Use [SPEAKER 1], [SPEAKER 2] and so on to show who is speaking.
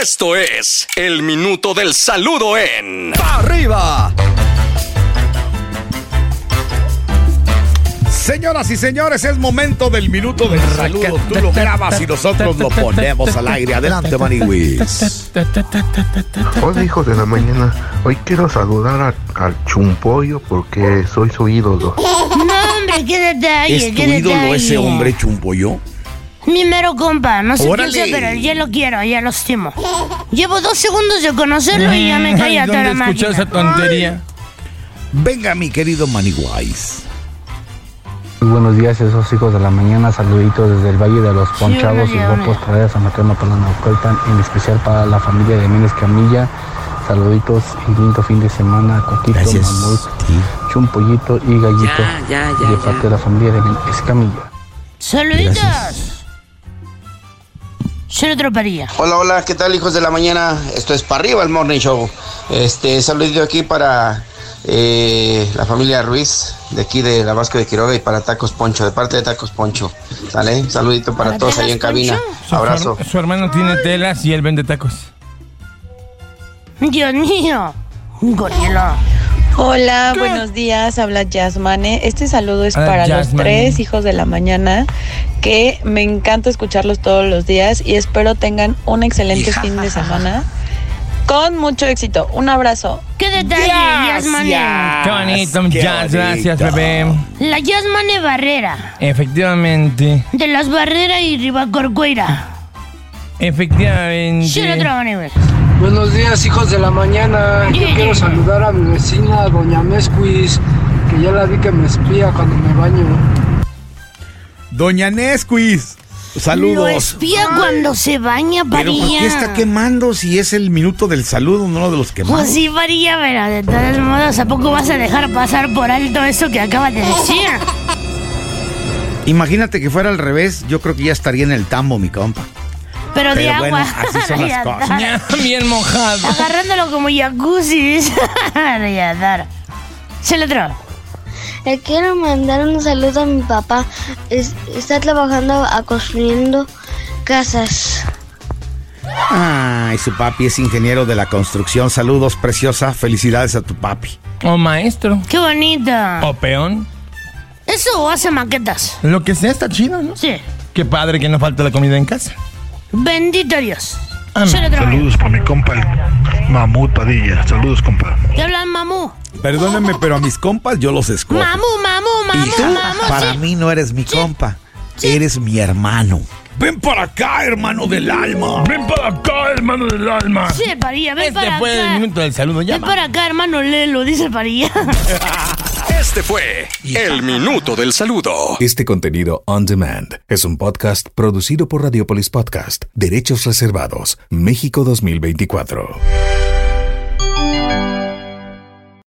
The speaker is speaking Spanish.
[SPEAKER 1] Esto es el minuto del saludo en
[SPEAKER 2] ¡Pa' arriba! Señoras y señores, es momento del minuto del saludo. Tú lo grabas y nosotros lo ponemos al aire. Adelante, Maniwis.
[SPEAKER 3] Hola hijos de la mañana, hoy quiero saludar a- al chumpollo porque soy su ídolo.
[SPEAKER 4] No, hombre, qué detalle,
[SPEAKER 2] ¿Es tu
[SPEAKER 4] qué
[SPEAKER 2] ídolo
[SPEAKER 4] detalle.
[SPEAKER 2] ese hombre chumpoyo?
[SPEAKER 4] Mi mero compa, no sé
[SPEAKER 2] Órale.
[SPEAKER 4] quién sea, pero ya lo quiero, ya lo estimo. Llevo dos segundos de conocerlo y ya
[SPEAKER 5] Mm.
[SPEAKER 4] me caí a toda la máquina.
[SPEAKER 5] tontería?
[SPEAKER 2] Venga, mi querido Maniwis.
[SPEAKER 6] Muy buenos días, esos hijos de la mañana. Saluditos desde el Valle de los Ponchados
[SPEAKER 4] Sí,
[SPEAKER 6] y
[SPEAKER 4] buenos días,
[SPEAKER 6] guapos traídos a Materna para Naucalpan, en especial para la familia de Méndez Camilla. Saluditos y lindo fin de semana, Coquito,
[SPEAKER 2] Gracias.
[SPEAKER 6] Mamut,
[SPEAKER 2] Sí.
[SPEAKER 6] Chumpollito y Gallito. de parte de la familia de Méndez Camilla.
[SPEAKER 4] Saluditos. Soy otro parilla.
[SPEAKER 7] Hola, hola, ¿qué tal hijos de la mañana? Esto es para arriba el Morning Show. Este, saludito aquí para eh, la familia Ruiz, de aquí de la Vasco de Quiroga y para Tacos Poncho, de parte de Tacos Poncho. ¿Sale? Saludito para,
[SPEAKER 4] ¿Para
[SPEAKER 7] todos ahí en
[SPEAKER 4] Tacos
[SPEAKER 7] cabina.
[SPEAKER 4] Poncho?
[SPEAKER 7] Abrazo.
[SPEAKER 5] Su, hermano tiene telas y él vende tacos.
[SPEAKER 4] Dios mío. Un gorila.
[SPEAKER 8] Hola, buenos días, habla Yasmane. Este saludo es
[SPEAKER 5] Ah,
[SPEAKER 8] para los
[SPEAKER 5] Yasmane.
[SPEAKER 8] tres hijos de la mañana, que me encanta escucharlos todos los días y espero tengan un excelente fin de semana con mucho éxito. Un abrazo.
[SPEAKER 4] Qué detalle, Yasmane.
[SPEAKER 5] Qué bonito,
[SPEAKER 2] Ah, Qué
[SPEAKER 5] ya, gracias,
[SPEAKER 2] bonito.
[SPEAKER 5] bebé.
[SPEAKER 4] La Yasmane Barrera.
[SPEAKER 5] Efectivamente.
[SPEAKER 4] De las Barrera y Ribacorcueira.
[SPEAKER 5] Efectivamente.
[SPEAKER 4] Soy otro amigo.
[SPEAKER 9] Buenos días, hijos de la mañana. Yo
[SPEAKER 4] Yeah.
[SPEAKER 9] quiero saludar a mi vecina, doña Mesquis, que ya la vi que me espía cuando me baño.
[SPEAKER 2] Doña Nesquis.
[SPEAKER 4] Lo
[SPEAKER 2] Saludos.
[SPEAKER 4] espía cuando se baña,
[SPEAKER 2] Pero ¿por
[SPEAKER 4] parilla.
[SPEAKER 2] qué está quemando si es el minuto del saludo, no de los quemados?
[SPEAKER 4] Pues sí, varilla, pero de todos modos, ¿a poco vas a dejar pasar por alto eso que acabas de decir?
[SPEAKER 2] Imagínate que fuera al revés, yo creo que ya estaría en el tambo, mi compa.
[SPEAKER 4] Pero, de
[SPEAKER 2] Pero bueno,
[SPEAKER 4] agua.
[SPEAKER 2] así son las
[SPEAKER 4] Riadar.
[SPEAKER 2] cosas.
[SPEAKER 5] Ya, Bien mojado.
[SPEAKER 4] Agarrándolo como jacuzzi. Riadar. Se le otro.
[SPEAKER 10] Le quiero mandar un saludo a mi papá. Es- está trabajando a construyendo casas.
[SPEAKER 2] Ay, su papi es ingeniero de la construcción. Saludos, preciosa. Felicidades a tu papi.
[SPEAKER 5] O maestro.
[SPEAKER 4] Qué bonito.
[SPEAKER 5] O peón.
[SPEAKER 4] Eso hace maquetas.
[SPEAKER 5] Lo que sea está chido, ¿no?
[SPEAKER 4] Sí.
[SPEAKER 5] Qué padre que no falta la comida en casa.
[SPEAKER 4] Bendito Dios.
[SPEAKER 5] Amén.
[SPEAKER 4] Se le otro.
[SPEAKER 3] Ah, para mi compa, el mamut Padilla. Saludos, compa.
[SPEAKER 4] Te hablan mamú.
[SPEAKER 2] Perdónenme, pero a mis compas yo los escojo.
[SPEAKER 4] Mamú, mamú,
[SPEAKER 2] y tú,
[SPEAKER 4] mamú, mamú.
[SPEAKER 2] para
[SPEAKER 4] sí.
[SPEAKER 2] mí no eres mi compa. Eres mi hermano. Ven para acá, hermano del alma.
[SPEAKER 5] Ven para acá, hermano del alma.
[SPEAKER 4] Sí, parilla, ven
[SPEAKER 5] Este
[SPEAKER 4] para
[SPEAKER 5] fue
[SPEAKER 4] acá.
[SPEAKER 5] el minuto del saludo. Ya.
[SPEAKER 4] Ven para acá, hermano Lelo, dice parilla.
[SPEAKER 1] Este fue el minuto del saludo.
[SPEAKER 11] Este contenido on demand es un podcast producido por Radiopolis Podcast, Derechos Reservados, México 2024.